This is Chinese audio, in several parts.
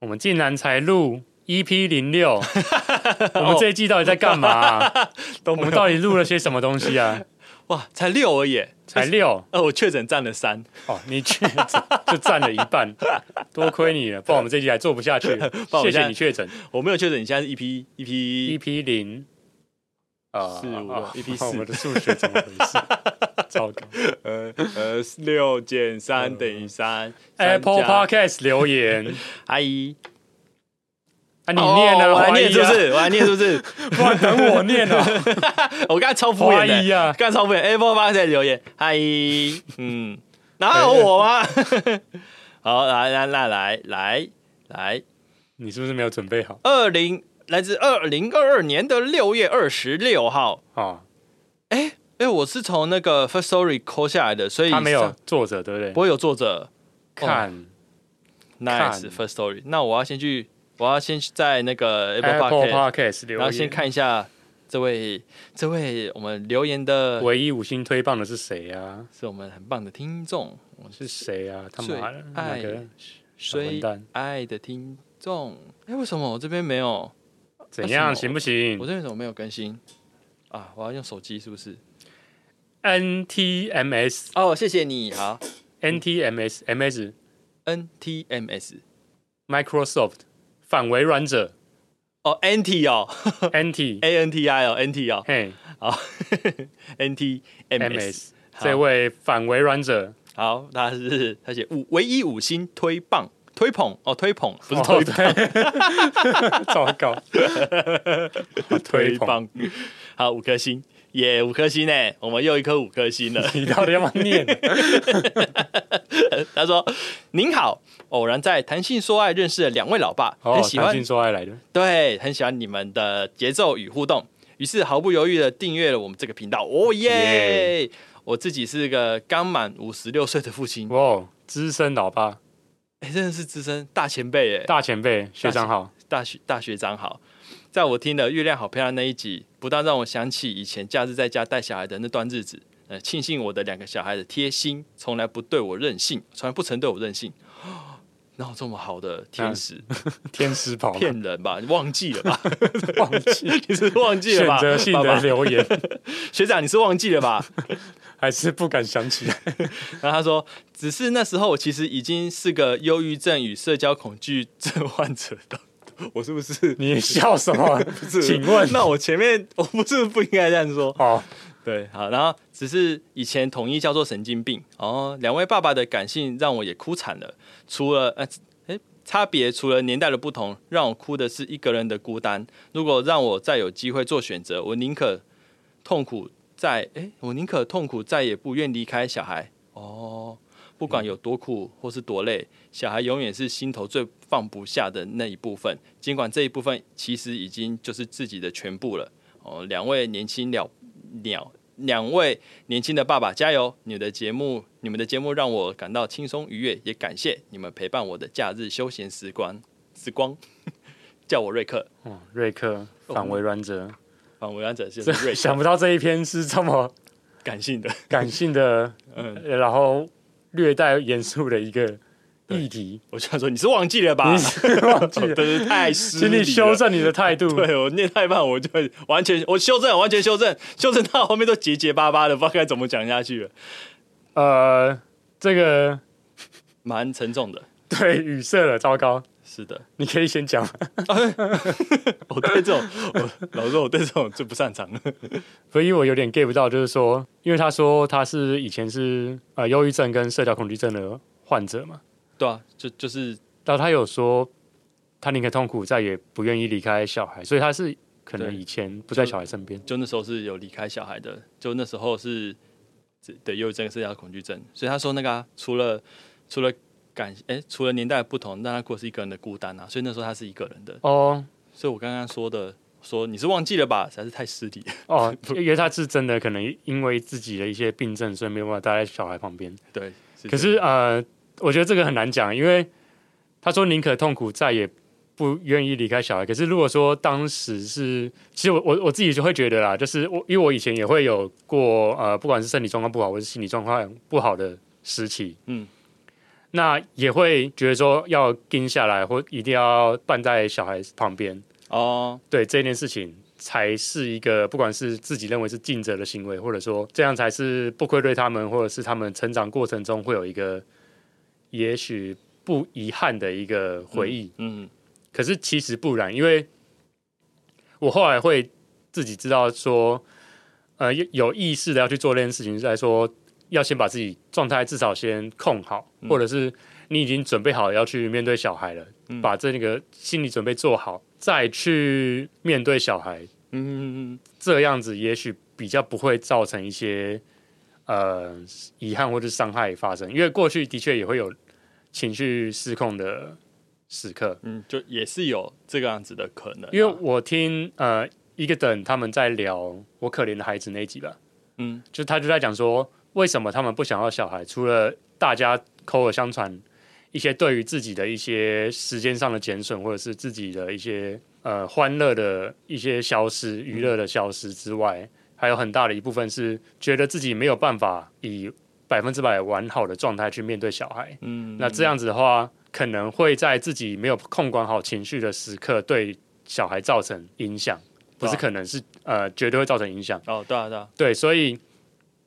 我们竟然才录 EP 零 六，我们这一季到底在干嘛啊、哦 都我没们有到底录了些什么东西 啊？哇，才六而已，才六呃，我确诊占了三，哦，你确诊 就占了一半，多亏你了，不然我们这一季还做不 下去。然我谢们现谢在你确诊我没有确诊，你现在是 EP EP EP 零。啊四五六啊 EP 啊 四我的数学怎么回 事？糟糕呃呃六减三等于三哎！Apple 三加 Podcast 留言，阿姨，啊，你念啊，哦我来怀疑念啊是不？是？我来念是不是？ 不然等我念 啊，我刚才超敷怀衍疑的，啊！刚才超敷衍。Apple Park 在留言，阿姨，嗯，哪有我吗？ 好，来来来来来来，你是不是没有准备好二零来自二零二二年的六月二十六号。啊？哎、我是从那个 First Story 抠下来的，所以他没有上作者，对不不哦对？会有作者。看 Nice First Story，那我要先去，我要先去在那个 Apple 哎 Apple Park， Podcast 留然后言，先看一下这位这位我们留言的，唯一五星推棒的是谁啊？是我们很棒的听众，我是谁啊？他最妈的那爱个小最混蛋，爱的听众。哎、为什么我这边没有？怎为什样么行不我行这边怎么没有更新？啊，我要用手机是不是？ ？NTMS 哦，谢谢你，好 NTMS MS ，NTMS， Microsoft 反微软者哦，NT 哦 NT ，A N T I 哦，NT 哦，嘿好 ，NTMS， MS 好这位反微软者好，他是他写五唯一五星推棒推捧哦，推捧不是哦推对 糟糕，推推捧。棒，好五颗星耶五颗星呢，我们又一颗五颗星了。 你到底要不要 念？他说：“您好，偶然在谈性说爱认识了两位老爸，哦很，喜谈欢情说爱来的，对，很喜欢你们的节奏与互动，于是毫不犹豫的订阅了我们这个频道。哦耶！我自己是个刚满五十六岁的父亲，哇，资深老爸、哎、真的是资深大前辈耶，大前辈、学长好，大学大学长好。在我听了《月亮好漂亮》那一集，不但让我想起以前假日在家带小孩的那段日子，呃，庆幸我的两个小孩的贴心，从来不对我任性，从来不曾对我任性。哪有这么好的天使？天使宝骗人吧？你忘记了吧？ 忘记 你是忘记了选吧？择性爸的爸留言，学长，你是忘记了吧？还是不敢想起来。然后他说，只是那时候我其实已经是个忧郁症与社交恐惧症患者了。 我是不是？你笑什么？是请问那我前面我不是不应该这样说？哦，对，好，然后只是以前统一叫做神经病哦。两位爸爸的感性让我也哭惨了，除了呃。诶差别除了年代的不同，让我哭的是一个人的孤单。如果让我再有机会做选择，我宁可痛苦再诶，我宁可痛苦，再也不愿离开小孩。哦，不管有多苦或是多累，小孩永远是心头最放不下的那一部分。尽管这一部分其实已经就是自己的全部了。哦，两位年轻了鸟，两位年轻的爸爸加油！你们的节目，你们的节目让我感到轻松愉悦，也感谢你们陪伴我的假日休闲时光。时光， 叫我瑞克，哦瑞克反微软者，反围观者是这瑞克，想不到这一篇是这么感性的，感性的，嗯，呃然后略带严肃的一个议题。我就想说你是忘记了吧？哦你是忘 记了，真是太失请礼你了。修正你的态度。对我念太慢，我就完全我修正，完全修正， 修正到后面都结结巴巴的，不知道该怎么讲下去了，呃，这个 蛮沉重的。对语塞了，糟糕。是的，你可以先讲， 我对这种，我老实说我对这种最不擅长了。所以我有点 get 不到，就是说，因为他说他是以前是呃忧郁症跟社交恐惧症的患者嘛，对啊，就就是然后他有说，他宁可痛苦，再也不愿意离开小孩，所以他是可能对以前不在小孩身边。就那时候是有离开小孩的，就那时候是对忧郁症、社交恐惧症，所以他说那个、啊、除了除了感哎、除了年代不同，让他过的是一个人的孤单啊，所以那时候他是一个人的，哦所以我刚刚说的说你是忘记了吧，实在是太失礼了。 哦，因为他是真的可能因为自己的一些病症，所以没有办法待在小孩旁边。对，可这是样呃，我觉得这个很难讲，因为他说宁可痛苦，再也不愿意离开小孩。可是如果说当时是，其实我我我自己就会觉得啦，就是我因为我以前也会有过呃，不管是身体状况不好，或是心理状况不好的时期，嗯，那也会觉得说要盯下来，或一定要伴在小孩旁边。哦，对这件事情，才是一个不管是自己认为是尽责的行为，或者说这样才是不愧对他们，或者是他们成长过程中会有一个也许不遗憾的一个回忆。嗯，可是其实不然，因为我后来会自己知道说，呃，有有意识的要去做这件事情，是来说要先把自己状态至少先控好，或者是你已经准备好要去面对小孩了，嗯把这个心理准备做好，再去面对小孩，嗯嗯嗯这样子也许比较不会造成一些呃遗憾或者伤害发生，因为过去的确也会有情绪失控的时刻，嗯，就也是有这个样子的可能啊、因为我听呃一个等他们在聊我可怜的孩子那一集吧，嗯就他就在讲说为什么他们不想要小孩，除了大家口耳相传一些对于自己的一些时间上的减损，或者是自己的一些呃欢乐的一些消失、娱乐的消失之外，还有很大的一部分是觉得自己没有办法以百分之百完好的状态去面对小孩。嗯，那这样子的话，可能会在自己没有控管好情绪的时刻，对小孩造成影响，不是对啊可能是呃，绝对会造成影响。哦，对啊对啊，对，所以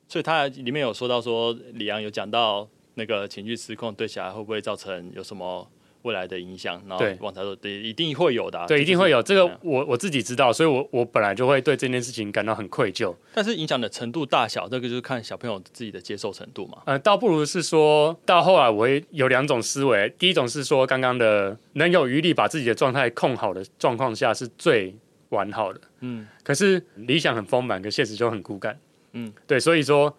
所以他里面有说到说，李阳有讲到那个情绪失控对小孩会不会造成有什么未来的影响？然后对旺财说，对，一定会有的啊、对，一定会有，有这个对啊，我我自己知道，所以我我本来就会对这件事情感到很愧疚。但是影响的程度大小，这个就是看小朋友自己的接受程度嘛。呃，倒不如是说到后来，我会有两种思维，第一种是说刚刚的能有余力把自己的状态控好的状况下是最完好的。嗯，可是理想很丰满，可现实就很骨感。嗯，对，所以说，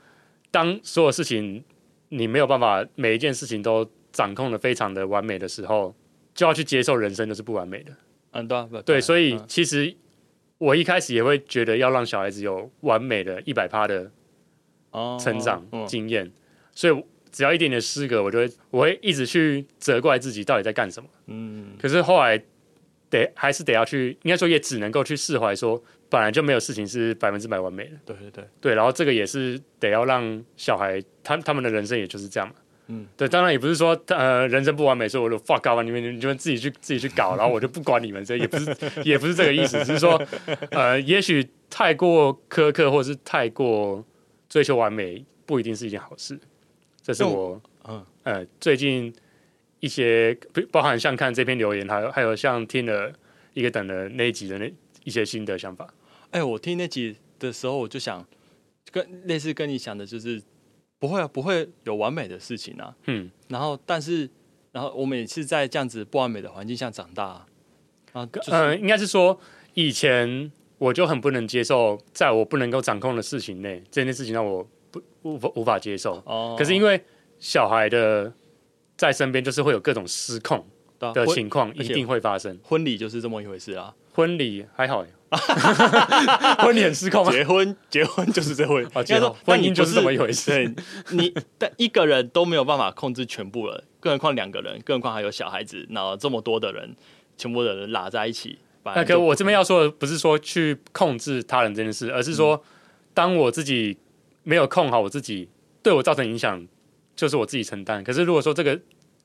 当所有事情你没有办法每一件事情都掌控的非常的完美的时候，就要去接受人生就是不完美的。嗯，对啊，不对，所以嗯其实我一开始也会觉得要让小孩子有完美的一百趴的哦成长嗯经验，所以只要一点点失格，我就会我会一直去责怪自己到底在干什么。嗯，可是后来得还是得要去，应该说也只能够去释怀说，本来就没有事情是百分之百完美的。对对对，对，然后这个也是得要让小孩他他们的人生也就是这样嘛。嗯，对，当然也不是说呃人生不完美，所以我就 fuck off，你们你们自己去自己去搞，然后我就不管你们，这也不是也不是这个意思，只是说呃，也许太过苛刻或是太过追求完美，不一定是一件好事。这是那我嗯呃最近一些不包含像看这篇留言，还有还有像听了一个等的那一集的那一些心得想法。哎、我听那集的时候，我就想跟类似跟你想的，就是不会啊，不会有完美的事情啊。嗯，然后，但是，然后我们也是在这样子不完美的环境下长大啊。啊，就是、嗯，应该是说以前我就很不能接受，在我不能够掌控的事情内，这件事情让我不无法无法接受。哦，可是因为小孩的在身边，就是会有各种失控对啊的婚情况，而一且定会发生。婚礼就是这么一回事啊。婚礼还 好耶，欸婚礼很失哦控吗？啊结婚， 结婚就是这回，哦应该结说婚婚但你姻就是不这么一回事对，你但一个人都没有办法控制全部了，更何况两个人，更何况还有小孩子，然后这么多的人，全部的人拉在一起。本来那啊就可我这边要说的不是说去控制他人这件事，而是说，当我自己没有控好我自己，对我造成影响，就是我自己承担。可是如果说这个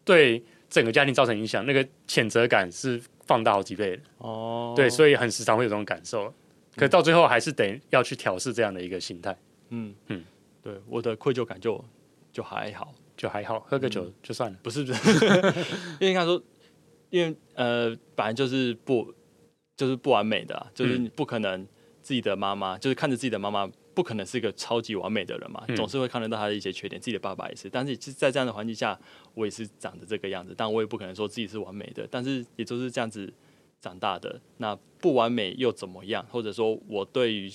对整个家庭造成影响，那个谴责感是放大好几倍的。哦，对，所以很时常会有这种感受。可到最后还是得要去调试这样的一个心态，嗯嗯嗯，对，我的愧疚感就就还好，就还好，喝个酒就算了。嗯不是不是，因为他说，因为呃，本来就是不就是不完美的、啊，就是嗯你不可能自己的妈妈，就是看着自己的妈妈，不可能是一个超级完美的人嘛，嗯总是会看得到她的一些缺点，自己的爸爸也是，但是其实在这样的环境下，我也是长得这个样子，但我也不可能说自己是完美的，但是也就是这样子长大的，那不完美又怎么样？或者说我对于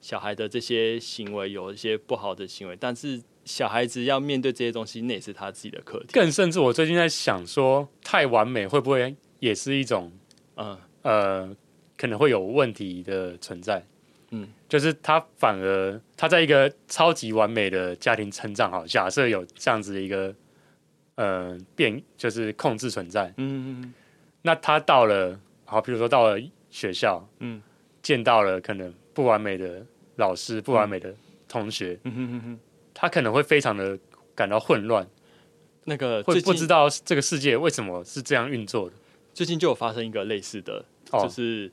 小孩的这些行为有一些不好的行为，但是。小孩子要面对这些东西，那也是他自己的课题。 更甚至，我最近在想说，太完美会不会也是一种嗯，呃，可能会有问题的存在。嗯，就是他反而他在一个超级完美的家庭成长，好，假设有这样子的一个呃变，就是控制存在，嗯那他到了，好，比如说到了学校，嗯，见到了可能不完美的老师、不完美的同学，嗯嗯嗯，他可能会非常的感到混乱。那个会呃最不知近道这个世界为什么是这样运作的。最近就有发生一个类似的，哦就是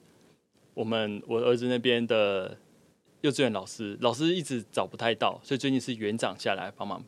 我们我儿子那边的幼稚园老师，老师一直找不太到，所以最近是园长下来帮忙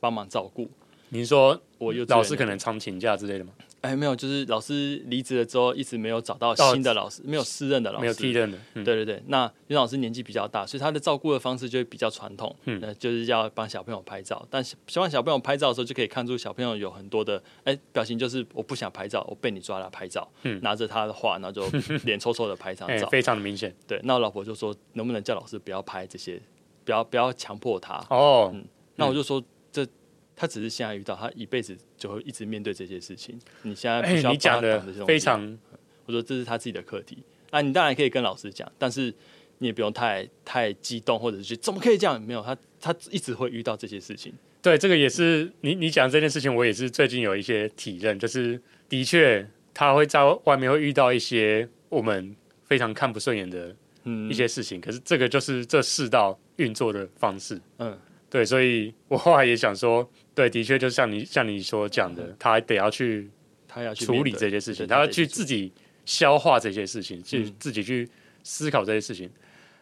帮忙照顾。您说我幼稚园老师那可能常请假之类的吗？哎，没有，就是老师离职了之后，一直没有找到到新的老师，没有私任的老师，哦没有替任的，嗯，对对对，那袁老师年纪比较大，所以他的照顾的方式就会比较传统，嗯嗯、就是要帮小朋友拍照。但是希望小朋友拍照的时候，就可以看出小朋友有很多的哎、表情，就是我不想拍照，我被你抓来拍照，嗯拿着他的画，然后就 脸臭臭的拍一张哎、照。非常的明显对，那我老婆就说，能不能叫老师不要拍这些，不要不要强迫他。哦。嗯那我就说，这他只是现在遇到，他一辈子就会一直面对这些事情。你现在不哎、需要你讲帮他的挡这些东西非常我说这是他自己的课题。啊，你当然可以跟老师讲，但是你也不用太太激动，或者是觉得怎么可以这样？没有，他他一直会遇到这些事情。对，这个也是你你讲这件事情，我也是最近有一些体认，就是的确他会在外面会遇到一些我们非常看不顺眼的嗯一些事情，可是这个就是这世道运作的方式。嗯，对，所以我后来也想说，对，的确就像你像你所讲嗯的，他得要去他要去处面理对这些事情，对他要去自己消化这些事情，去嗯自己去思考这些事情。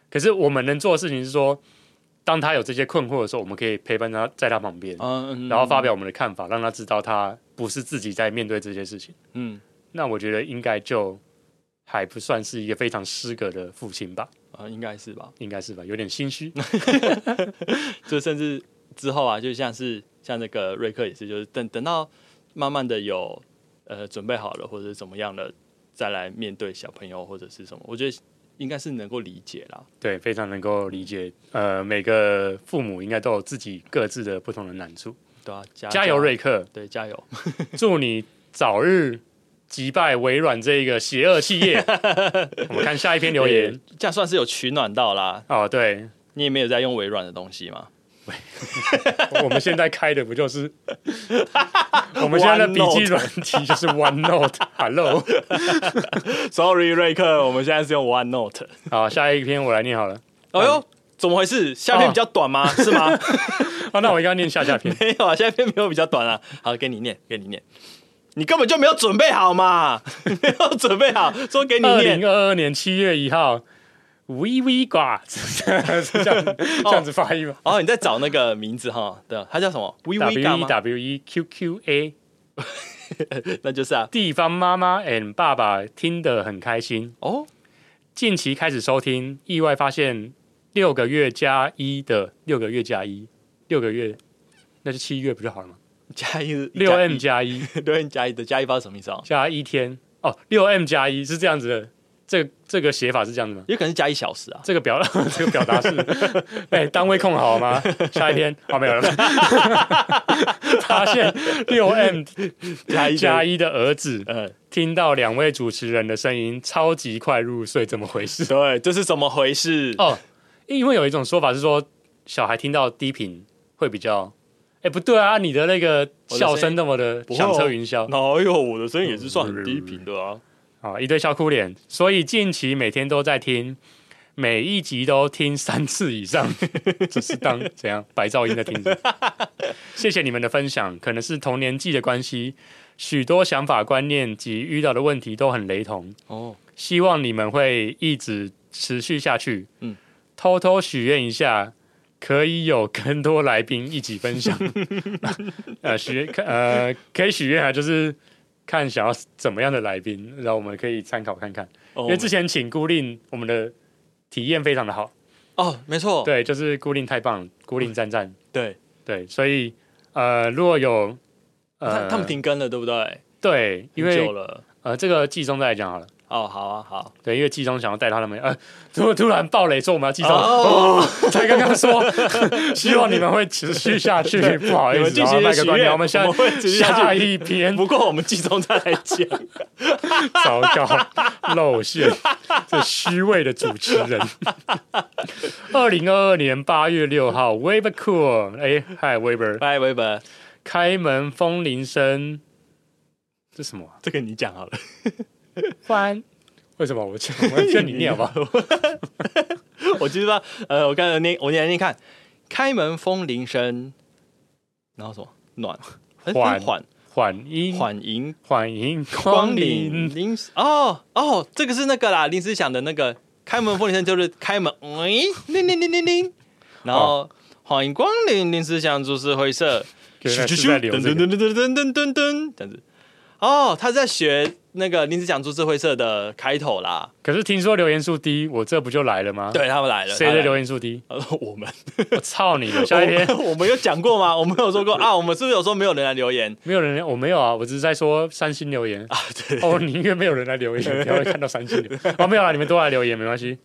可是我们能做的事情是说，当他有这些困惑的时候，我们可以陪伴他在他旁边。嗯，嗯然后发表我们的看法，让他知道他不是自己在面对这些事情。嗯那我觉得应该就还不算是一个非常失格的父亲吧，啊、应该是吧？应该是吧？有点心 虚。就甚至之后啊，就像是像那个瑞克也是，就是等等到慢慢的有呃准备好了，或者是怎么样了，再来面对小朋友或者是什么，我觉得应该是能够理解啦。对，非常能够理解。呃，每个父母应该都有自己各自的不同的难处。对啊，加加油，！瑞克！对，加油！ 祝你早日击败微软这一个邪恶企 业。我们看下一篇留言。这样算是有取暖到啦。哦，对，你也没有在用微软的东西嘛？我们现在开的不就是 我们现在的笔记 OneNote 软体就是 OneNote。Hello。 Sorry，瑞克，我们现在是用 OneNote。好，下一篇我来念好了。哎呦，怎么回事？下篇比较短吗？是 吗？。啊，那我应该念下下篇没有啊，下篇没有比较短啊。好，给你念，给你念。你根本就没有准备好 嘛，没有准备好，说给 你二念零。二二年七月一号，V V 瓜，是这样 是这样哦这样子发音吗哦，你在找那个名字哈？对啊，它叫什么？V ？W V 嘎一吗？ W E Q Q A，那就是啊。地方妈妈 and 爸爸听得很开心。哦，近期开始收听，意外发现六个月加一的六个月加一，六个月那就七月不就好了吗？加一六 M 加一 六 M 加一的加一包什么意思啊？加一天哦，六 M 加一是这样子的，这这个写法是这样子吗？有可能是加一小时啊。这个表 这个表达是，哎、单位控好吗？下一篇好、没有了。 发现六 M 加一的加一的儿子呃，听到两位主持人的声音，超级快入睡，怎么回事？对，这是怎么回事？哦，因为有一种说法是说，小孩听到低频会比较，哎、不对啊，你的那个笑声那么的不会响哦彻云霄啊、哎呦，我的声音也是算很低频的啊。哦一对笑哭脸，所以近期每天都在听。每一集都听三次以 上，这是当怎样白噪音在听着？ 谢谢你们的分享，可能是同年纪的关系，许多想法、观念及遇到的问题都很雷同。哦，希望你们会一直持续下去。嗯偷偷许愿一下，可以有更多来宾一起分 享。呃，许愿呃可以许愿啊，就是看想要怎么样的来宾，然后我们可以参考看看。因因为之前请孤令，我们的体验非常的好，哦，没错，对，就是孤令太棒了，孤令赞嗯赞，对，对，所以呃，如果有他呃，他们停更了，对不对？对，因很久为了。呃，这个季中再来讲好了，哦，好啊，好，对，因为季中想要带他们，呃，突突然暴雷说我们要季中，哦， 才刚刚说， 希望你们会持续下去，不好你意们思，哦进然后麦行了克许关掉，愿，我们下会继续下下去。一篇 不过我们集中再来讲，糟糕，露馅，这虚伪的主持人。二零二二年八月六号，Weber Cool，哎，嗨 Weber， 拜维本，开门风铃声，这什么啊、这个你讲好了。 欢？为什么我叫我叫你念好不好？ 我记得，呃，我刚才念，我念念看，开门风铃声，然后什么暖哎不缓是缓缓音缓迎欢迎光光临临。临时哦哦，这个是那个啦，林思想的那个开门风铃声就是开门，喂、铃铃铃铃铃，然后、欢迎光临林思想株式会社，原来是在噔留噔这噔个噔噔噔噔噔噔，这样子。哦，他是在学那个林思想株式会社的开头啦，可是听说留言数低，我这不就来了吗？， 对他们来了，啊谁的留言？言数低？呃， 我们，我操 你的！下一篇我们有讲过吗？我们有 说过啊，我们是不是有说没有人来留言？没有人，我没有啊，我只是在说三星留言啊。对哦，宁愿没有人来留 言，不要看到三星留言。哦，没有啦，你们都来留言没关系。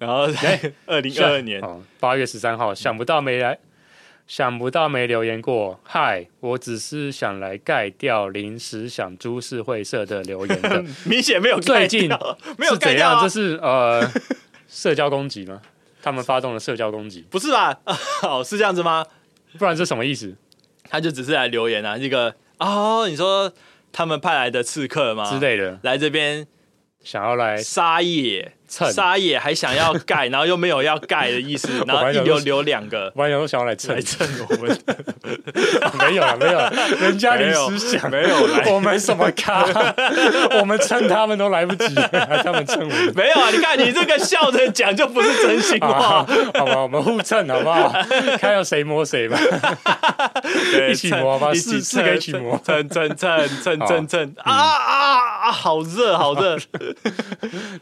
然后哎在 二零二二年，哦，八月十三号，想不到没来，想不到没留言过。嗨，我只是想来盖掉临时想株式会社的留言的。明显没有最盖近掉 没有是盖怎掉样？啊这是呃社交攻击吗？他们发动了社交攻击，不是吧？ 哦，是这样子吗？不然这什么意思他就只是来留言啊，一个哦，你说他们派来的刺客吗？之类的？来这边想要来撒野，蹭撒野还想要盖，然后又没有要盖的 意思，然后一留留两个我还想说想要来蹭来，蹭我们， 没有了，啊没有了，人家临时想，没有来，我们什么咖？ 我们蹭他们都来不及， 还他们蹭我们。没有啊！你看你这个笑着讲就不是真心 啊，话，好吧，我们互蹭好不好？看要谁摸谁吧。对一起啊磨吧蹭四一起四个一起蹭磨蹭蹭蹭 蹭蹭蹭啊啊啊！好热，好热，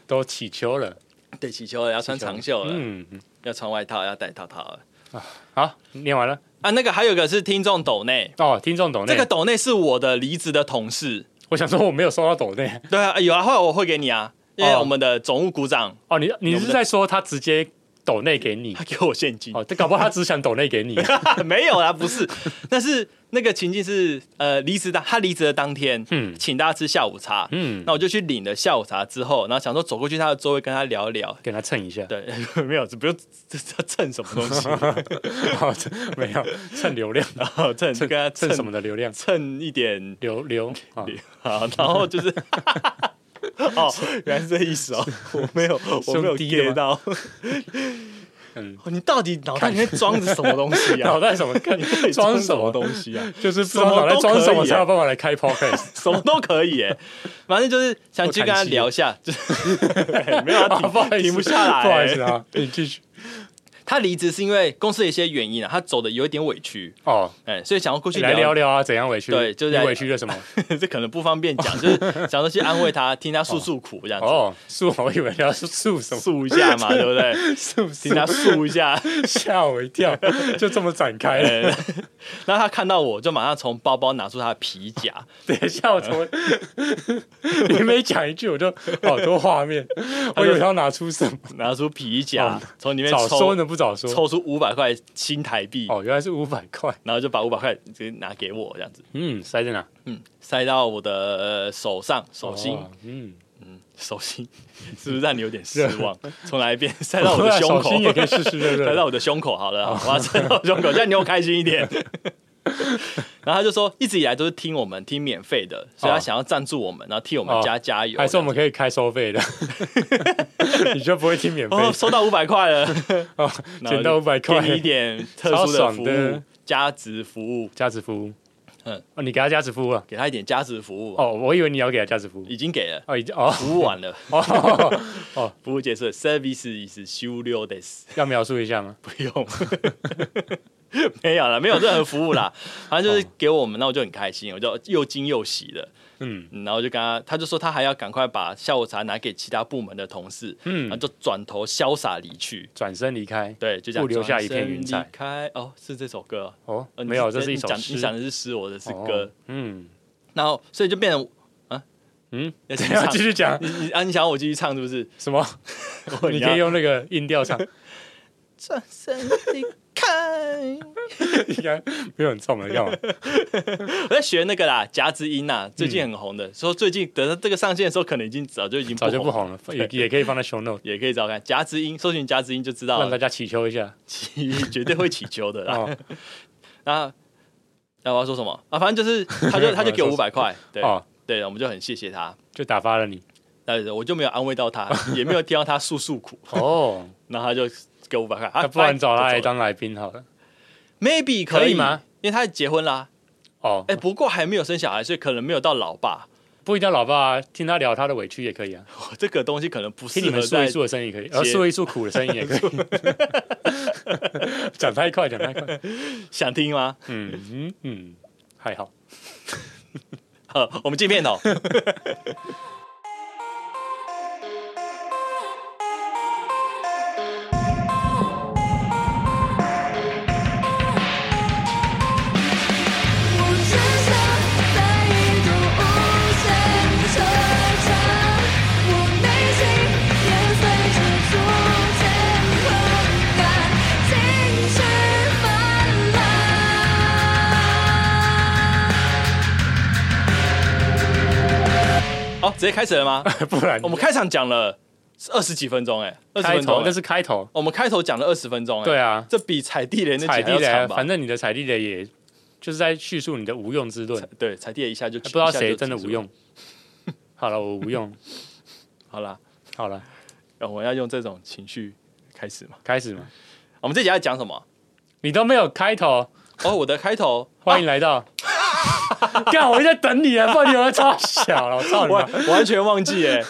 都起球了，对，起球了，要穿长袖了，嗯，要穿外套，要戴套套了好，念完了。啊！那个还有一个是听众抖内，哦，听众懂这内个，斗内是我的离职的同事，我想说我没有收到懂内。对啊，有啊，后来我会给你啊，因为哦我们的总务股长哦，你你我们是的在说他直接抖内给你他？给我现金，哦，这搞不好他只想抖内给你。 没有啦，不是，但是那个情境是呃离职当他离职的当天，嗯请大家吃下午茶，嗯那，我就去领了下午茶之后，然后想说走过去他的座位跟他聊一聊。给他蹭一下。对， 没有，不用这这蹭什么东西， 好，没有蹭流 量，然后蹭跟他蹭什么的流量？啊蹭一点流流啊，好，然后就是， 哦， 原来是这意思哦，我没有，我没有兄弟的 get 吗到。嗯 哦你到底脑袋里面装着什么东西啊 脑？袋什 么？看你到底装什什么么？东西啊？就是不知什么道脑袋都装可什么以才啊有办法来开 podcast。什么都可以哎，反正就是想去跟他聊一下，就是 没有啊他不好停意思停不下来。不好意思，啊，你继续。他离职是因为公司的一些原因啊，他走的有一点委屈，哦，哎，所以想要过去来聊。聊啊，怎样委屈？对就是你来委屈了什 么？这可能不方便讲，就是想要去安慰他，听他诉诉苦这样子，哦，诉我以为要诉 什么？诉一下嘛，对不对？ 诉听他诉一下。吓我一跳，就这么展开了。 对，然后他看到我就马上从包包拿出他的皮夹，等一下，我怎 么你每讲一句，我就好多画面，我以为要拿出什么。拿出皮夹哦从里面早说抽呢，不早说。抽出五百块新台币，哦，原来是五百块。然后就把五百块直接拿给我这样子，嗯，塞在哪？嗯，塞到我的、呃手上手心、哦。嗯，手心， 是不是让你有点失 望？重来一遍，塞到我对 的啊胸手口心，也可以试试热 塞热到的。我的胸口好了，我要塞到我胸口，这样你又开心一点。 然后他就说，一直以来都是听我们听免费的，所以他哦想要赞助我们，然后替我们哦家加油。还是我们可以开收 费的，你就不会听免费哦，收到五百块了， 哦， 然后捡到五百给块你一点特殊的服超爽的务，加值服务，价值服务。嗯嗯，哦，你给他价值服务了。给他一点加值服务，哦，我以为你要给他价值服务。已经给了，哦，已经哦服务完了，哦， 服务结束了，service is 修六 days，要描述一下吗？不用， 没有了，没有任何服务啦，反正就是给我们，那我就很开心，我就又惊又喜的。嗯嗯然后就跟他，他就说他还要赶快把下午茶拿给其他部门的同事，然后嗯，就转头潇洒离去。转身离开。对，就这样不留下一片云彩转身离开哦，是这首歌哦、哦，呃没有，这是一你首讲诗。你讲的是诗，我的是哦歌。。嗯， 然后所以就变成啊，嗯，要等继续一下唱继续讲 你你啊，你想要我继续唱是不 是？什么？我你要可以用那个音 调唱，转身离开，应该没有很重的，干嘛？我在学那个啦，夹子音呐，最近很红的。说最近等到这个上线的时候，可能已经早就已经早就不红了，红 了，也也可以放在 show note，也可以找看夹子音，搜寻夹子音就知道让大了，家祈求一下。起绝对会起球的啦。哦那那我要说什么啊？反 正就是，他就他就给我五百块，对、哦，对，我们就很谢谢他。就打发了你。但是我就没有安慰到他，也没有听到他诉诉苦，哦，然后他就给我五百块。啊那不然拜找他来就走了当来宾好了。 maybe 可可以吗？因为他结婚啦、哦，哎、不过还没有生小孩，所以可能没有到老爸。不一定要老爸听他聊他的委屈也可以啊，哦 这个东西可能不适听你们合诉一在诉的声音也可以，呃，接诉一诉苦的声音也可以。讲太快，讲太快。想听吗？ 嗯嗯嗯，还好。好，我们进片头。我只想在一种无限的惆怅，我内心也随着逐渐狂感停止泛滥。好，哦直接开始了 吗？不然我们开场讲了二十几分钟、哎，二十开分钟、头哎那是开头，我们开头讲了二十分钟、哎，对，啊，这比踩地雷那踩几还地要雷啊，长吧反？正你的踩地雷也就是在叙述你的无用之论，哎对，踩地雷一下就不知道谁一下就真的结束无。用。好了，我无用，好啦，好了，呃我要用这种情绪开始嘛。开始嘛。我们这集要讲什 么？你都没有开头，哦，我的开头，欢迎来哦到。 干、我一直在等你啊，不然你们超小了，我操你我妈！完全忘 记哎、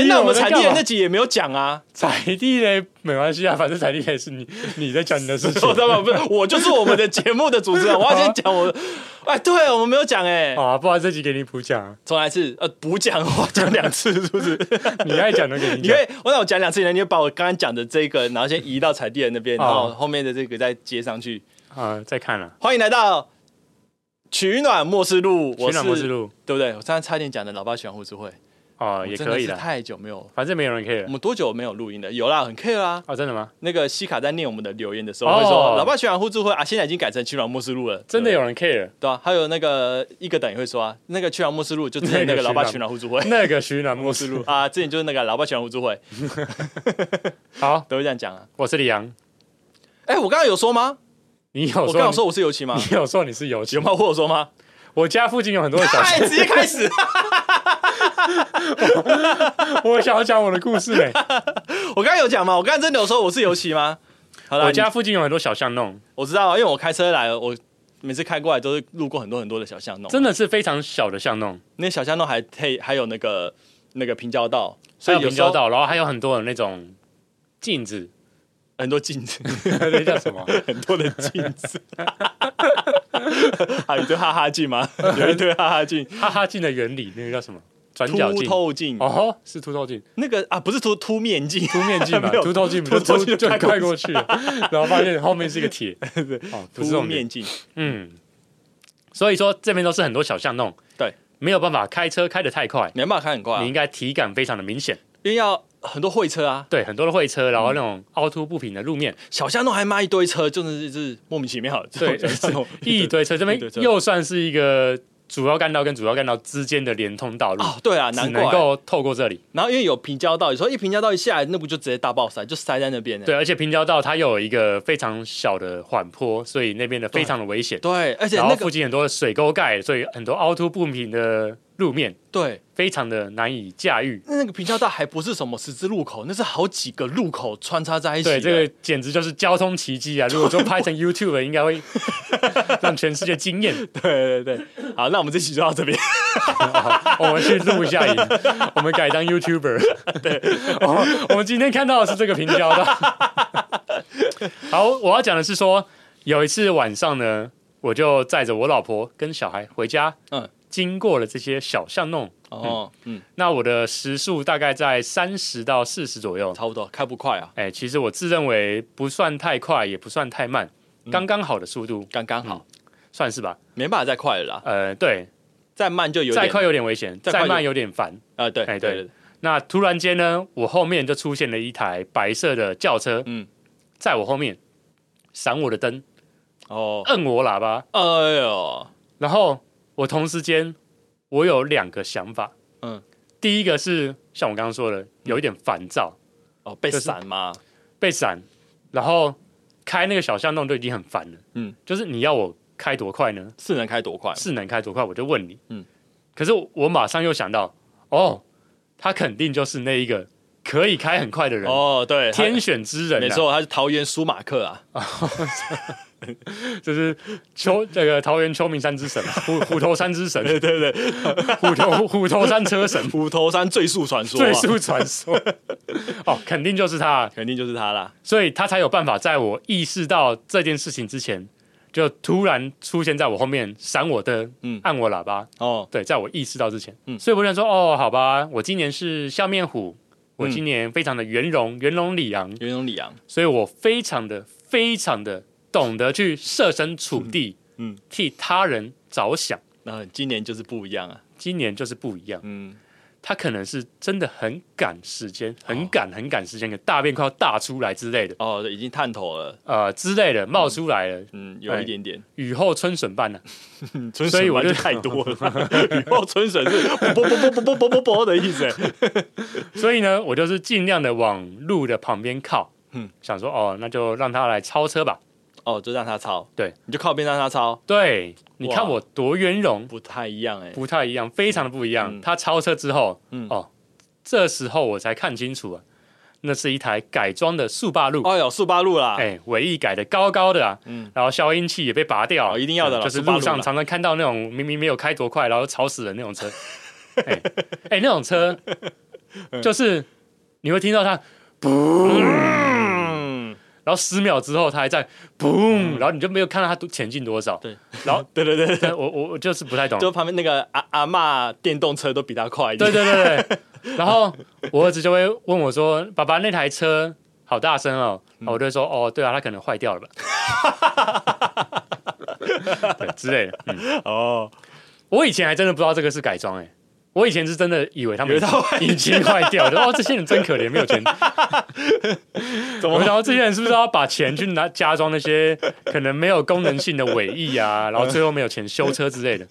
你以为那我我们在踩干地雷嘛那集也没有讲啊。踩地雷没关系啊，反正踩地雷是你你在讲你的事情我。他妈不 是，啊我就是我们的节目的主 持人，我要先讲我。哎，对，我们没有讲哎、好啊，不然这集给你补讲啊，重来一次，呃，补讲我讲两次是不是？你爱讲的给你 因讲。为我那我讲两次，你就把我刚刚讲的这个，然后先移到踩地人那边，哦然后后面的这个再接上去。啊，再看了，欢迎来到取暖末世录，我取是暖模式录对不对？我刚才差点讲的老爸喜欢互助会，哦，我也真的可以是啦，太久没有，反正没有人可以我了。们多久没有录音了？有啦，很 care 啦。哦，真的吗？那个西卡在念我们的留言的时候，哦会说“老爸喜欢互助会”啊，现在已经改成“取暖末世录”了，真的对有人 care 对啊，还有那个一个等也会说啊，那个“取暖末世录”就之前那那个个老爸取暖取暖互助 会那个取暖模式录。啊，之前就是那个老爸取暖互助会好，都会这样讲啊。我是李阳，哎，我刚刚有说吗？你有我刚刚有说说我是油漆吗你？有说你是有有钱吗？？我有说吗？我家附近有很多的小 哎，直接开 始！我想要讲我的故事嘞。我刚刚有讲吗？我刚刚真的有说我是油漆吗？好了，我家附近有很多小巷弄，你我知道啊，因为我开车来，我每次开过来都是路过很多很多的小巷弄，啊真的是非常小的巷弄，那小巷弄还配还有那个那个平交道，所所以以有平时候交道，然后还有很多的那种镜 子，很多镜 子，那叫什么？很多的镜子。 啊，有一堆哈哈镜 吗？有一堆哈哈镜，哈哈镜的原理，那个叫什么？转角凸镜。透镜，哦，是凸透 镜，那个啊，不是凸凸面镜，凸面镜嘛，没有凸透镜不是凸透凸镜就就快快过去 了，然后发现后面是一个铁，哦，不是凸重点面，镜。嗯，所以说这边都是很多小巷弄，对，没有办法开车开得太快，你要骂开很快啊、你应该体感非常的明显，因为要很多会车啊，对，很多的会车，然后那种凹凸不平的路面，小巷弄还骂一堆车，就是就是莫名其妙。对这种小巷弄一堆车，这边一堆车又算是一个主要干道跟主要干道之间的连通道路，哦，对啊，只难能怪。够透过这里，然后因为有平交道，有时候一平交道一下来，那不就直接大爆塞，就塞在那边呢。对，而且平交道它又有一个非常小的缓坡，所以那边的非常的危险。对，而且然后那附个近很多的水沟盖，所以很多凹凸不平的路面对，非常的难以驾驭。那那个平交道还不是什么十字路口，那是好几个路口穿插在一起对，的。这个简直就是交通奇迹啊！如果说拍成 YouTube，应该会 让全世界惊艳。 对对对。好，那我们这期就到 这边。我们去录一下影，我们改当 YouTuber。对，我我们今天看到的是这个平交道。 好，我要讲的是说，有一次晚上呢，我就载着我老婆跟小孩回家，嗯，经过了这些小巷弄。哦，嗯，那我的时速大概在三十到四十左右。差不多，开不快啊，哎，其实我自认为不算太快，也不算太慢，嗯刚刚好的速度，刚刚嗯好，算是吧。没办法再快了啦，呃，对，再慢就有点再快有点危险，再再快有慢有点烦。啊，对哎对对对，对那突然间呢，我后面就出现了一台白色的轿车，嗯嗯，在我后面闪我的灯，哦，摁我喇叭，哎呦，然后我同时间我有两个想法，嗯嗯，第一个是像我刚刚说的，有一点烦躁，哦，被就是闪吗？被闪，然后开那个小巷弄都已经很烦了，嗯嗯，就是你要我开多快呢？是能开多快？是能开多快？我就问你，嗯嗯，可是我马上又想到，哦，他肯定就是那一个可以开很快的人。哦，对，他天选之人、啊， 没错，他是桃园舒马克啊，神，就是秋这个桃园秋名山之神，虎虎头山之神， 对对对， 虎头虎头山车神，虎头山最速传说、啊，最速传说。哦，肯定就是他，肯定就是他啦。所以他才有办法在我意识到这件事情之前，就突然出现在我后面，闪我灯，嗯按我喇叭。哦，对，在我意识到之前，嗯所以我就想说，哦，好吧，我今年是笑面虎，嗯我今年非常的圆融，圆融里昂，袁咏李昂，所以我非常的非常的懂得去设身处地，嗯嗯替他人着想。那嗯今年就是不一样啊。今年就是不一样，嗯，他可能是真的很赶时间，很赶很赶时间，可大便快要大出来之类的，哦，对已经探头了，呃之类的冒出来了，嗯，有哎一点点。雨后春笋般呢、嗯，春所以笋我完就就太多了， 雨后春笋是啵啵啵啵啵啵啵啵的意思。所以呢，我就是尽量的往路的旁边靠，嗯想说哦，那就让他来超车吧。哦，就让他抄，对，你就靠边让他抄，对，你哇看我多圆融，不太一样哎、不太一样，非常的不一样。嗯他超车之后，嗯哦，这时候我才看清楚啊，那是一台改装的速霸路，哦哟，速八路啦，哎，尾翼改的高高的啊，嗯，然后消音器也被拔掉，嗯哦一定要的啦就是速霸路路上啦常常看到那种明明没有开多快，然后吵死人那种 车，哎哎，那种车就是你会听到它。嗯，然后十秒之后它还在嘣，然后你就没有看到它多前进多少。对，然后对对对对，但我我我就是不太懂。就旁边那个阿阿嬷电动车都比他快一点，对对对对。然后我儿子就会问我说：“爸爸，那台车好大声哦。”然嗯后我就会说：“哦，对啊，它可能坏掉 了吧。”对之类的。嗯，哦，我以前还真的不知道这个是改装哎、我以前是真的以为他们以为它坏引擎坏掉了，哦，这些人真可怜，没有 钱。怎我么想到这些人是不是要把钱去拿加装那些 可能没有功能性的尾翼 啊，然后最后没有钱修车之类的，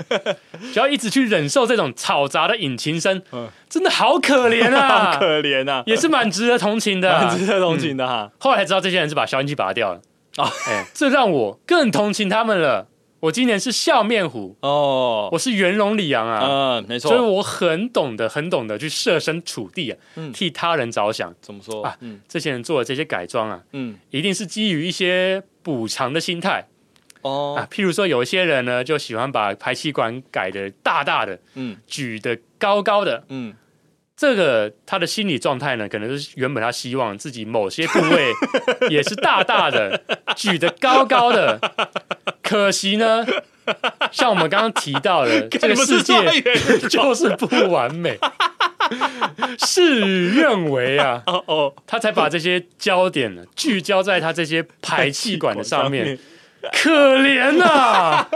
只要一直去忍受这种嘈杂的引擎声嗯，真的好可怜 好啊，可怜呐、也是蛮值得同情的啊、蛮值得同情的哈、后来才知道这些人是把消音器拔掉了哦哎，这让我更同情他们了。我今年是笑面虎，哦，我是袁龙李阳啊。嗯，没所以错，我很懂得、很懂得去设身处地啊，嗯替他人着想。怎么说？啊嗯这些人做的这些改装啊，嗯，一定是基于一些补偿的心态哦，啊。譬如说，有一些人呢，就喜欢把排气管改的大大的、嗯举得高高的。嗯，这个他的心理状态呢，可能是原本他希望自己某些部位也是大大的、举得高高的。可惜呢，像我们刚刚提到 的，这个世界 就是不完美， 事与愿违啊！哦哦，他才把这些焦点呢聚焦在他这些排 气管的上面，可怜呐、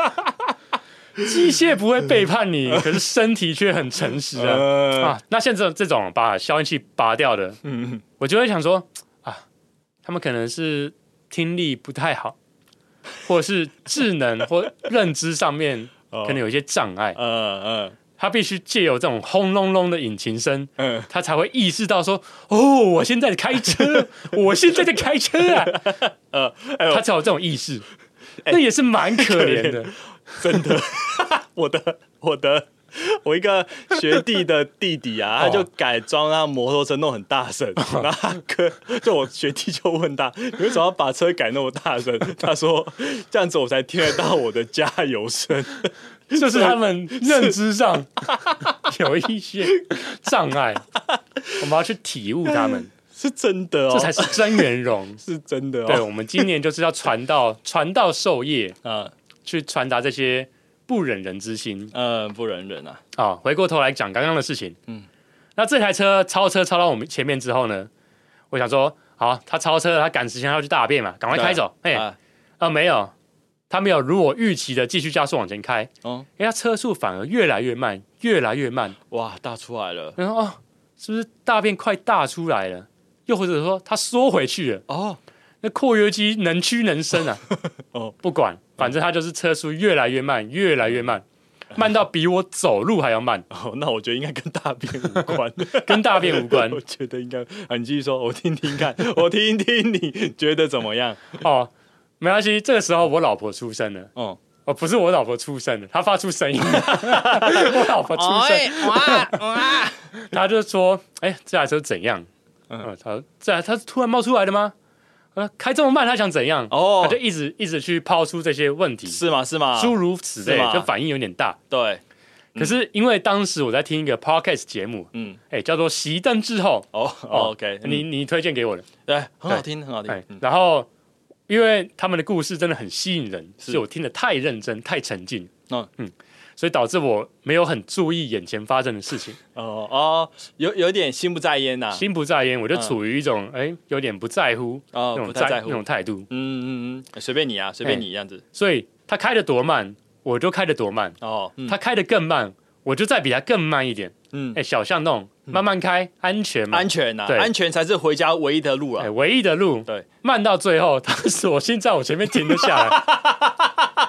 机械不会背叛你，可是身体却很诚实啊！呃， 啊，那像这种这种把消音器拔掉的，嗯嗯，我就会想说啊，他们可能是听力不太 好，或者是智能或认知上面 哦可能有一些障碍，呃他必须借由这种轰隆隆的引擎声，呃嗯，他才会意识到说，哦，我现在开 车，我现在在开车啊，呃，哎呦哎他才有这种意 识，那也是蛮可怜的。 真的， 我的我的我一个学弟的弟弟 啊，他就改装他摩托车弄很大声，然后他哥就我学弟就问他，你为什么要把车改那么大声？他说这样子我才听得到我的加油声。就是他们认知 上有一些障碍，我们要去体悟他们，是真的嗯哦，这才是真圆 融。是真的对，哦。我们今年就是要传道，传道授业，啊，去传达这些不忍人之心呃，不忍忍啊，啊。回过头来讲刚刚的事情，嗯嗯，那这台车超车超到我们前面之后呢，我想说，好，他超车了，他赶时间他要去大便嘛，赶快开走。哎，啊，啊，没有，他没有如我预期的继续加速往前开，哦，因为他车速反而越来越慢，越来越慢。哇，大出来了，然后哦，是不是大便快大出来了？又或者说他缩回去了？哦，那括约肌能屈能伸啊！哦，不管，反正他就是车速越来越慢，越来越慢，慢到比我走路还要慢，哦，那我觉得应该跟大便无关。 跟大便无关我觉得应该啊，你继续说，我听听看，我听听你觉得怎么样？哦。没关系，这个时候我老婆出生了，嗯，哦，不是我老婆出生了，她发出声音， 我老婆出 生，哇 哇，他就说：“哎、这台车怎样？”嗯嗯，他说这台他是突然冒出来的吗？呃，开这么慢，他想怎样？哦他就一直一直去抛出这些问题，是吗？是吗？诸如此类是，吗嗯就反应有点大。对，可是因为当时我在听一个 podcast 节目，嗯，哎，叫做《熄灯之后哦》哦，OK，你嗯你推荐给我的，对，很好听，很好哎听，，嗯然后因为他们的故事真的很吸引人，是所以我听得太认真、太沉浸，嗯嗯，所以导致我没有很注意眼前发生的事情，哦哦，有有点心不在焉呐，心不在焉，我就嗯处于一种哎有点不在乎哦那，不种太在乎那，种态度，嗯嗯嗯，随便你啊，随便哎你这样子，所以他开的多慢，我就开的多慢，哦，嗯他开的更慢，我就再比他更慢一点，嗯哎，小巷弄慢慢开，安全嘛安。全呐，对安全才是回家唯一的路啊哎，，唯一的路，对，慢到最后，他索性在我前面停了下 来。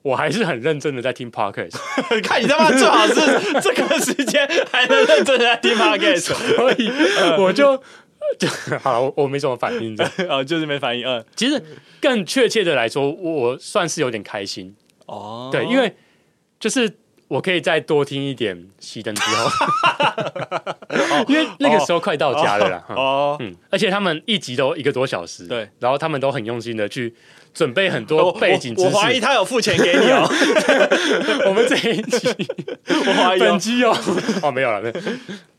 我还是很认真的在听 podcast， 看你他妈最好是这个时间还能认真 地在听 podcast，所以我就 就好了，我我没什么反应这样。哦，就是没反应，嗯，其实更确切的来说，我我算是有点开心，哦，对，因为就是我可以再多听一点熄灯之后， 因为那个时候快到家了啦。哈哦，嗯，而且他们一集都一个多小时，对，哦然后他们都很用心的去准备很我多背景知识。我我怀疑他有付钱给你哦， 我们这一集我怀疑哦本集哦， 哦没有了，没有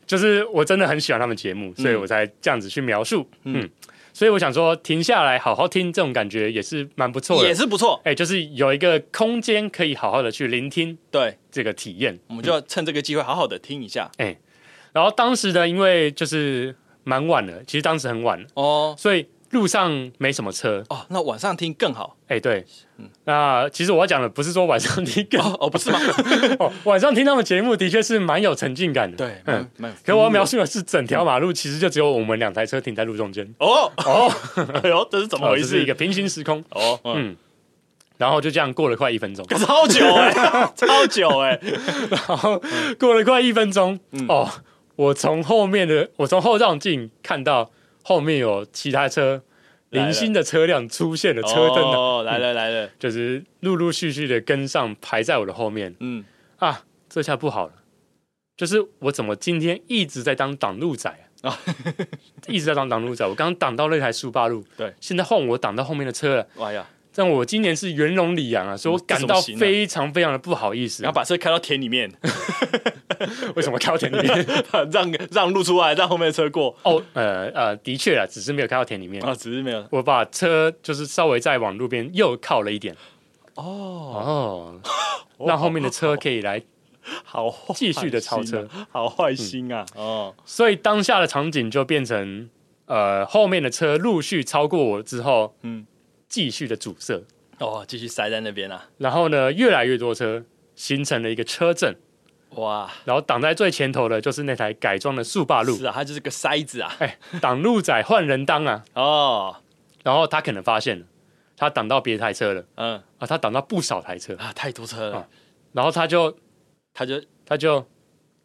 就是我真的很喜欢他们节目，所以我才这样子去描述。嗯，所以我想说停下来好好听，这种感觉也是蛮不错的也。是不错，哎，就是有一个空间可以好好的去聆听对，这个体验。我们就要趁这个机会好好的听一下然后当时呢，因为就是蛮晚了，其实当时很晚了，哦所以路上没什么车。哦，那晚上听 更好哎，对，那其实我要讲的不是说晚上听歌，哦哦，不是吗？ 哦，晚上听他们节目的确是蛮有沉浸感的。对，嗯蛮。蛮有可我要描述的是，整条马路其实就只有我们两台车停在路中间，哦哦， 哎呦，这是怎么哦，回这事？是一个平行时空。哦，嗯，嗯，然后就这样过了快一分钟，超久哎，超久哎，然后 过了快一分钟，哦，我从后面的，我从后照镜看到后面有其他车来了零星的车辆出现了车灯啊，哦，来了来了，就是陆陆续续的跟上，排在我的后面嗯，啊，这下不好了，就是我怎么今天一直在当挡路仔啊？ 一直在当挡路仔，我刚刚挡到那台速八路，对现在换我挡到后面的车了，哎呀，让我今年是元龙里昂啊，所以我嗯这感怎么到行啊非常非常的不好意思然后。把车开到田里面， 为什么开到田里面？让让路出来，让后面的车过 哦，呃呃，的确啊，只是没有开到田里面。啊，只是没有我把车就是稍微再往路边又靠了一点，哦， 哦，让后面的车可以来。好坏继续地超车心啊，好坏心啊，哦，所以当下的场景就变成，呃，后面的车陆续超过我之后，嗯，继续的阻塞，哦，继续塞在那边啊，然后呢，越来越多车形成了一个车阵，哇，然后挡在最前头的就是那台改装的速霸路是，啊，它就是个塞子啊，哎，挡路仔换人当啊，哦，然后他可能发现了，他挡到别台车了嗯啊，他挡到不少台车，啊，太多车了啊，然后他就他就他就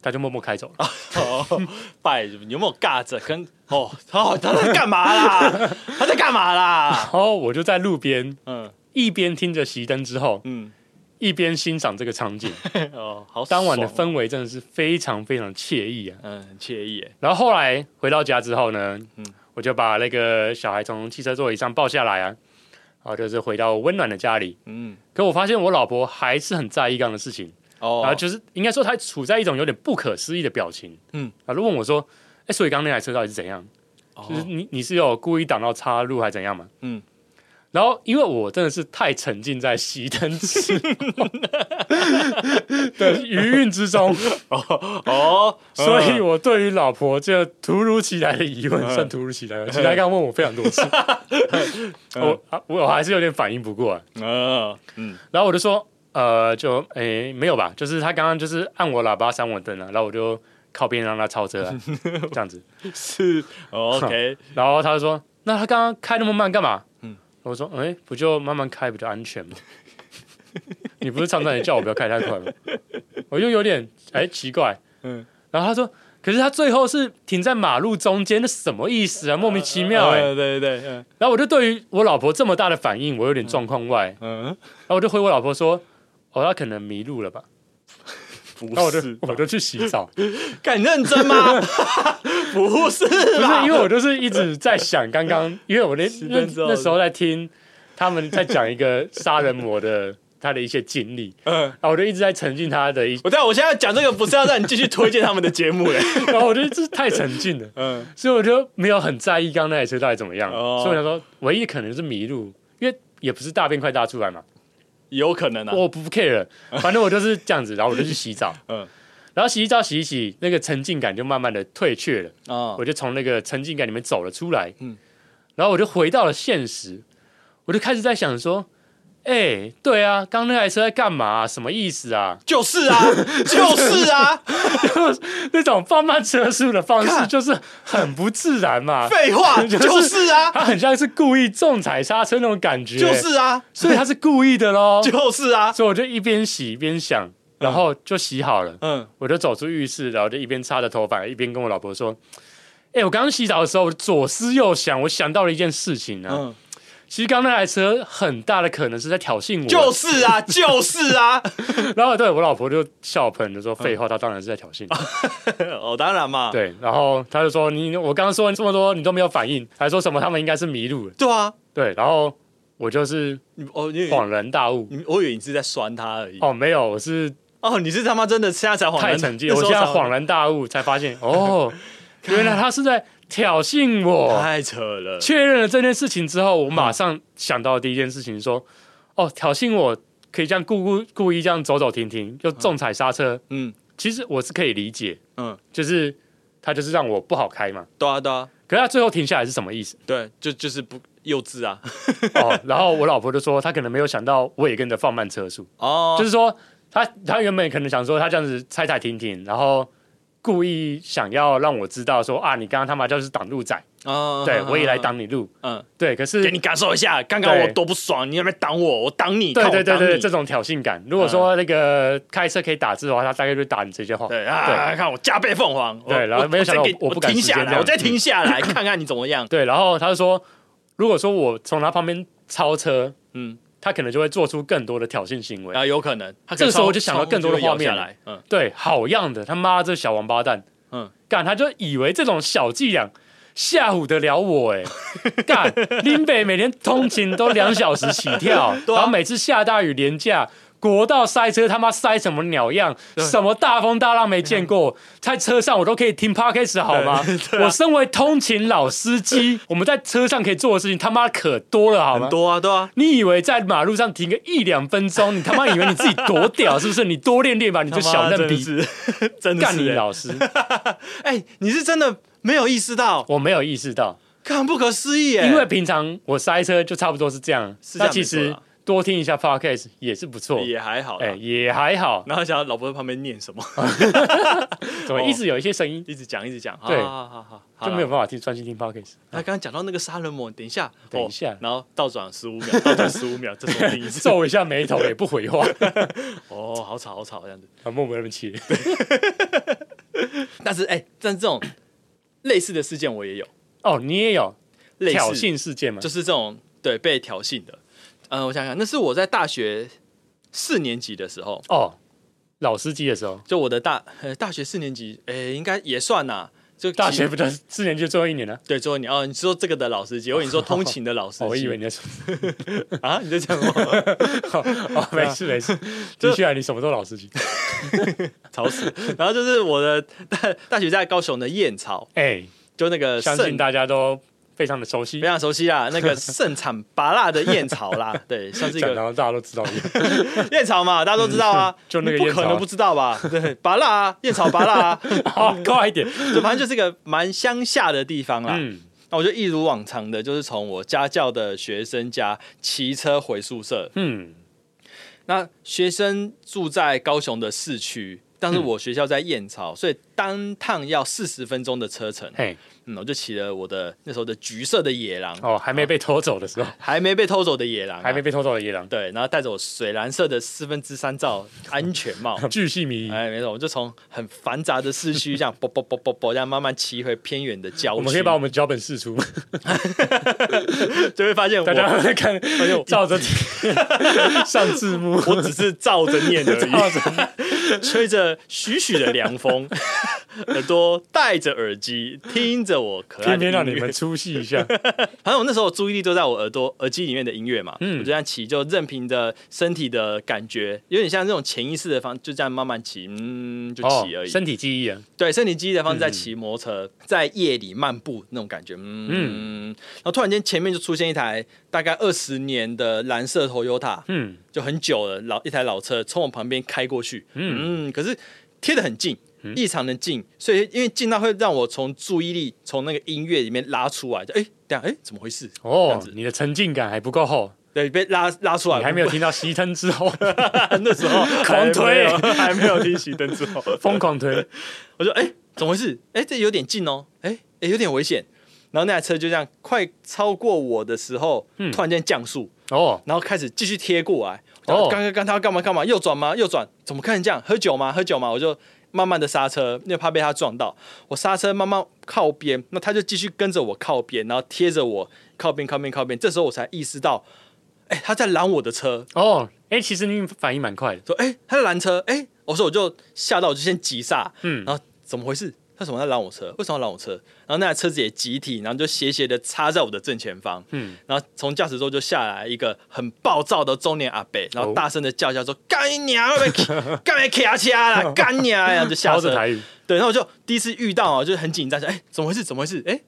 他就默默开走了。哦，拜，有没有尬着？跟哦， 哦，他在干嘛 啦？他在干嘛啦？然后我就在路边 嗯一边听着熄灯之后，嗯，一边欣赏这个场 景。哦，好爽哦，当晚的氛围真的是非常非常惬意啊。嗯，很惬意耶，然后后来回到家之后呢，嗯我就把那个小孩从汽车座椅上抱下来啊，然后就是回到温暖的家里。嗯，可我发现我老婆还是很在意这样的事情，哦，然后就是应该说她处在一种有点不可思议的表情。嗯，啊，就问我说：“哎、所以刚刚那台车到底是怎样？”就是哦，你你是有故意挡到岔路还是怎样嘛？嗯嗯，然后因为我真的是太沉浸在熄灯之后 的余韵之中， 哦，所以嗯我对于老婆这突如其来的疑问，嗯算突如其来的，其实她刚问我非常多次，我啊我还是有点反应不过来，啊嗯嗯，然后我就说呃就诶没有吧，就是她刚刚就是按我喇叭闪我灯了、啊，然后我就靠边让她超车、啊，这样子， 是哦，OK，然后他就说：“那他刚刚开那么慢干嘛？”嗯嗯，我说，哎、不就慢慢开比较安全吗？ 你不是常常也叫我不要开太快吗？我就有点哎、奇怪，嗯嗯。然后他说，可是他最后是停在马路中间，那什么意思啊？莫名其妙哎、呃对对对，然后我就对于我老婆这么大的反应，我有点状况外。嗯，嗯然后我就回我老婆说，哦，她可能迷路了吧。不然后我就是吧，我就去洗澡，敢认真吗？不 是不啦，是因为我就是一直在想刚 刚，因为我那啊十那分钟那时候在听他们在讲一个杀人魔的他的一些经历， 啊嗯，然后我就一直在沉浸他的 一，我但我现在讲这个不是要让你继续推荐他们的节目 嘞，然啊后我觉得这太沉浸了，嗯，所以我就没有很在意刚刚那台车到底怎么样，哦所以我想说唯一可能是迷路，因为也不是大便快大出来嘛，有可能啊，我不 care，反 正我就是这样子，然后我就去洗澡，嗯然后洗一澡洗一洗，那个沉浸感就慢慢的退却了。啊我就哦从那个沉浸感里面走了出来，嗯？嗯，然后我就回到了现实，我就开始在想说，哎、对啊，刚那台车在干嘛啊、什么意思啊就是啊，就 是啊，那种放慢车速的方式看就是很不自然嘛， 废 话，就是就是啊，他很像是故意重踩刹车那种感觉，就，是啊，所以他是故意的喽。 就是嗯啊，所以我就一边洗一边想，然后就洗好了，嗯，我就走出浴室，然后就一边擦着头发，一边跟我老婆说。哎、我刚刚洗澡的时候，我左思右想，我想到了一件事情啊。嗯，其实刚刚那台车很大的可能是在挑衅我，就是啊，就 是啊，然后对我老婆就笑喷，就说废话，她当然是在挑衅。哦，当然嘛，对，然后她就说你我刚刚说你这么多，你都没有反应，还说什么他们应该是迷路了。对啊，对，然后我就是你哦，你以为恍然大悟。你我以为你是在酸他而已，哦，没有，我是哦，你是他妈真的现在才恍太然，沉浸，那我时候现在才恍然大悟，才发现 哦，原来他是在挑衅我。太扯了，确认了这件事情之后，我马上想到第一件事情说，哦，挑衅我可以这样故故故意这样走走停停，又重踩刹车，嗯其实我是可以理解，嗯，就是他就是让我不好开嘛。对啊对啊，可是他最后停下来是什么意思？对，就就是不幼稚啊，哦， 然后我老婆就说，她可能没有想到我也跟着放慢车速，哦，就是说她她原本可能想说她这样子踩踩停停，然后故意想要让我知道说啊，你刚刚他妈就是挡路仔，啊对我也来，挡你路，嗯，对，可是给你感受一下，刚刚对我多不爽，你有没有挡我？我挡你，对看我对对挡对，你这种挑衅感，如果说那个开车可以打字的话，他大概就打你这些话，对啊，看我加倍凤凰，我对然后我没有想到我再给我我不敢停直接下这来，样我再停下来看 看你怎么样，对，然后他就说，如果说我从他旁边超车，嗯，他可能就会做出更多的挑衅行为。啊，有可能，他可这能个时候窗我就想到更多的窗户画面就会摇下来，嗯，对，好样的，他妈这小王八蛋，嗯嗯，干他就以为这种小伎俩吓唬得了我 哎、干林北每天通勤都两小时起跳， 对啊然后每次下大雨连假。国道塞车，他妈塞什么鸟样？什么大风大浪没见过？在车上我都可以听 podcast 好 吗？啊我身为通勤老司机，我们在车上可以做的事情他妈可多了好吗很？多啊，对啊，你以为在马路上停个一两分钟，你他妈以为你自己多屌是不是？你多练练吧，你就小嫩逼，逼， 真的干是你欸老师！ 哎，你是真的没有意识到，我没有意识 到，看不可思议耶，因为平常我塞车就差不多是这样，是这那样其没实错啦多听一下 podcast 也是不错，也还好啦哎，，也还好，然后想到老婆在旁边念什么， 怎么一直有一些声音，一直讲一直讲，好对好好好哦好，就没有办法听专心听 podcast。 他刚刚讲到那个杀人魔，等一下，啊等一下哦然后倒转十五秒， 倒转十五秒，这是我 第一次。皱一下眉头也不回 话，哦，好吵，好吵这样子。啊，默默那边切。但是哎、但是这种类似的事件我也有，哦，你也有 类似挑衅事件吗就？是这种对被挑衅的。嗯、我想想，那是我在大学四年级的时候，哦，老司机的时候，就我的大呃大学四年级，哎、应该也算呐。就大学不就四年级最后一年 了？对，最后你哦，你说这个的老司 机，或者你说通勤的老司机，哦我以为你 在说，啊，你在讲什么？ 哦，没事没事，就的确啊，你什么都老司机。吵死！然后就是我的大大学在高雄的燕巢，哎，就那个相圣信大家都非常的熟悉非，常熟悉啊，那个盛产拔辣的燕巢 啦，对，像是一讲个然后大家都知道一 样。燕巢嘛，大家都知道啊，就那个你不燕巢可能不知道吧？对，拔辣啊，燕巢拔辣啊， 好，哦快一点。就反正就是一个蛮乡下的地方啦。嗯，那我就一如往常的，就是从我家教的学生家骑车回宿舍。嗯，那学生住在高雄的市区，但是我学校在燕巢，所以单趟要四十分钟的车程。嗯嘿，嗯，我就骑了我的那时候的橘色的野狼，哦，还没被偷走的时候，还没被偷走的野狼啊、还没被偷走的野狼，对，然后戴着我水蓝色的四分之三罩安全帽。 巨细迷。哎，没错，我们就从很繁杂的市区这样啵啵啵啵啵这样慢慢骑回偏远的郊区，我们可以把我们脚本试出，就会发现大家我哎会看，照着 上字幕，我只是照着念 而已，照着吹着徐徐的 凉风，耳朵戴着耳机听着我可爱偏的音偏乐。让你们出戏一 下。反正我那时候注意力都在我耳朵耳机里面的音乐嘛，嗯我就这样骑，就任凭着身体的感觉，有点像这种潜意识的方，就这样慢慢骑，嗯，就哦骑而已。身体记忆啊，对，身体记忆的嗯方式在骑摩托车，在夜里漫步那种感觉，嗯。然后突然间前面就出现一台大概二十年的蓝色 Toyota，嗯，就很久了，老一台老车从我旁边开过去，嗯，可是贴得很近，嗯异常的近，所以因为近到会让我从注意力从那个音乐里面拉出来，就哎，等一下哎，怎么回事？这样哦子，啊你的沉浸感还不够厚，对，被拉拉出来，你还没有听到熄灯之后 那时候 狂推还没有还没有听熄灯之 后，疯狂推，我说哎、怎么回事？哎、这有点近哦，哎、哎、有点危险。然后那台车就这样快超过我的时候，嗯突然间降速，哦，然后开始继续贴过来。哦哦，刚刚刚他要干嘛干嘛？右转吗？右转？怎么看成这样？喝酒吗？喝酒吗？我就慢慢的刹车，因为怕被他撞到。我刹车慢慢靠边，那他就继续跟着我靠边，然后贴着我靠边靠边靠边。这时候我才意识到，哎、他在拦我的车。哦，哎，其实你反应蛮快的，说：“哎、他在拦车，哎、我说我就吓到，我就先急刹，嗯嗯，然后怎么回事？他怎么在拦我车？为什么要拦我车？然后那台车子也集体，然后就斜斜的插在我的正前方，嗯嗯，然后从驾驶座就下来一个很暴躁的中年阿伯，哦然后大声的叫一下说：‘干你娘！ 会不会干没卡车啦？干你娘！’然后就下超车着，哦台语，对，然后我就第一次遇到啊，就是很紧张，想哎、怎么回事？怎么回事？哎、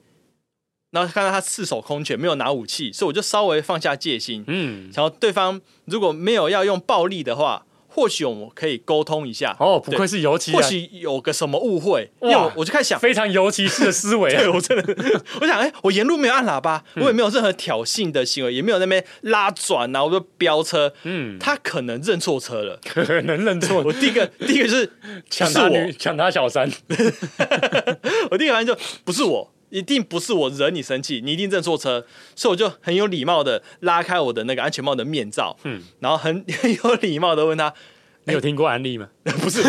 然后看到他赤手空拳，没有拿武器，所以我就稍微放下戒心，嗯，然后对方如果没有要用暴力的话，或许我们可以沟通一下。哦，不对愧是油漆啊，或许有个什么误会，哇因为我我就开始 想，非常尤其式的思 维、啊。我真的，嗯我想，哎、我沿路没有按喇叭，我也没有任何挑衅的行为，也没有在那边拉转啊，我就飙车，嗯，他可能认错车了。可能认错，我第 一个，第一个就是不抢是他我女，，抢他小三，我第一个反应就不是我，一定不是我惹你生气，你一定认错车，所以我就很有礼貌的拉开我的那个安全帽的面罩，嗯嗯，然后很 很有礼貌的问他，你有听过安利吗？哎 不是，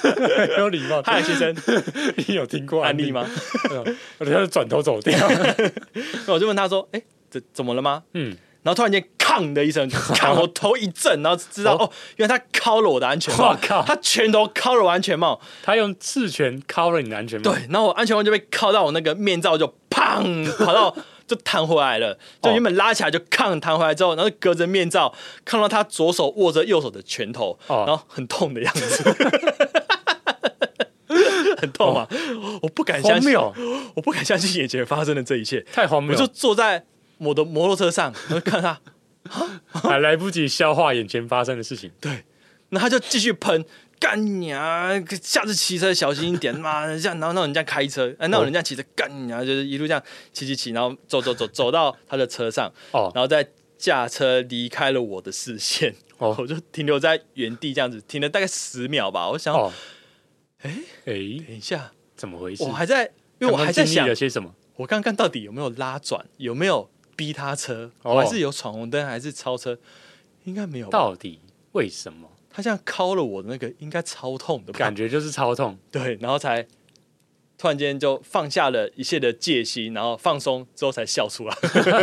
很 有礼貌，嗨，先生， 你有听过安安利利？吗？嗯我等下就转头走掉。那我就问他说：“哎、怎怎么了吗嗯，？”然后突然间，砰的一 声，看我头一震，然后知道哦哦原来他敲了我的安全帽哇，靠他拳头敲了我安全帽，他用刺拳敲了你的安全帽，对，，然后我安全帽就被敲到我那个面罩就砰跑到就弹回来 了，哦就原本拉起来就抗弹回来之后，然后隔着面罩看到他左手握着右手的拳头，哦然后很痛的样子。 很痛啊！我不敢哦荒相信，谬，我不敢相信眼前发生的这一切。太荒谬我就了，坐在我的摩托车上，然后看他，还啊来不及消化眼前发生的事 情。对，那他就继续喷，干你啊！下次骑车小心一 点嘛，这样，然后让人家开车，哎，让人家骑车干你啊，就是一路这样骑骑骑，然后走走走走到他的车上，哦，然后再驾车离开了我的视线，哦我就停留在原地这样子，停了大概十秒吧。我想，哦，哎哎，等一下，怎么回事？我还在，因为我刚刚还在经历想了，些什么？我刚刚到底有没有拉转，有没有逼他车，哦我还是有闯红灯，还是超车，应该没有吧。到底为什 么？他这样敲了我的那个，应该超痛的吧感觉就是超痛。对，然后才突然间就放下了一切的戒心，然后放松之后才笑出来。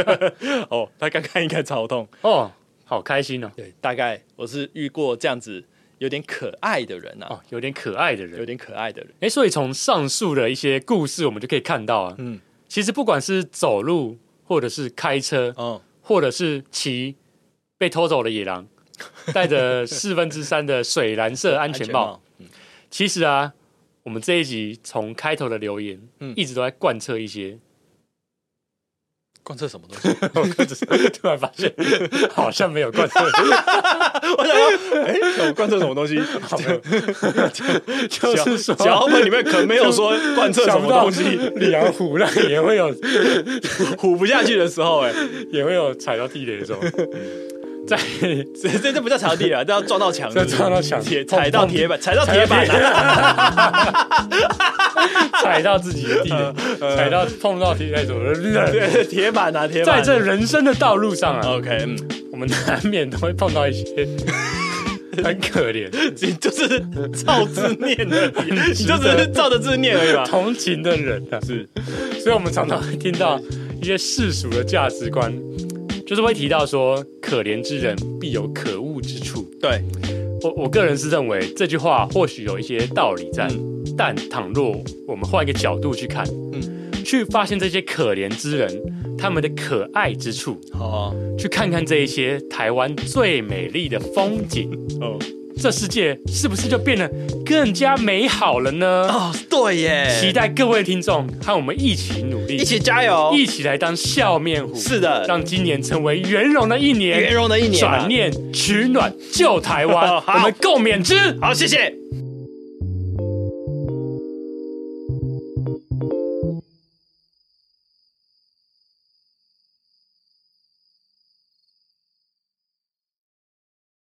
哦，他刚刚应该超痛。哦，好开心哦。对，大概我是遇过这样子有点可爱的人啊，哦，有点可爱的有人。点可爱的人。哎，所以从上述的一些故事，我们就可以看到啊，嗯，其实不管是走路，或者是开车，哦，或者是骑被偷走的野 狼，戴着四分之三的水蓝色安全帽。，其实啊，我们这一集从开头的留言，嗯一直都在贯彻一些。贯彻什么东西？ 我只是突然发现，好像没有贯 彻， 我想说，哎、我贯彻什么东西？ 就是说，脚本里面可没有说贯彻什想不么到东西，李阳虎那也会有，唬不下去的时候、哎，嗯也会有踩到地雷的时候。在这这这不叫场地啊，这要撞到墙，这撞到墙铁碰踩到铁板，踩到铁板啊，踩到自己的地，踩到碰到铁那种， 对，铁板啊，铁在板。这人生的道路上啊， OK，嗯， 我们难免都会碰到一些很可怜、你就是照字念而已，你就只是照着字念而已吧。同情的人啊，是，所以我们常常会听到一些世俗的价值观，就是会提到说“可怜之人必有可恶之处 对，”我。我个人是认为这句话或许有一些道理在，嗯但倘若我们换一个角度去看，嗯，去发现这些可怜之人他们的可爱之处，好，啊去看看这一些台湾最美丽的风景，哦，这世界是不是就变得更加美好了呢？哦，对耶，期待各位听众和我们一起努力，一起加油，一起来当笑面虎，是的让今年成为圆融的一年，圆融的一年啊哦转念取暖救台湾， 好我们共勉之。好，谢谢。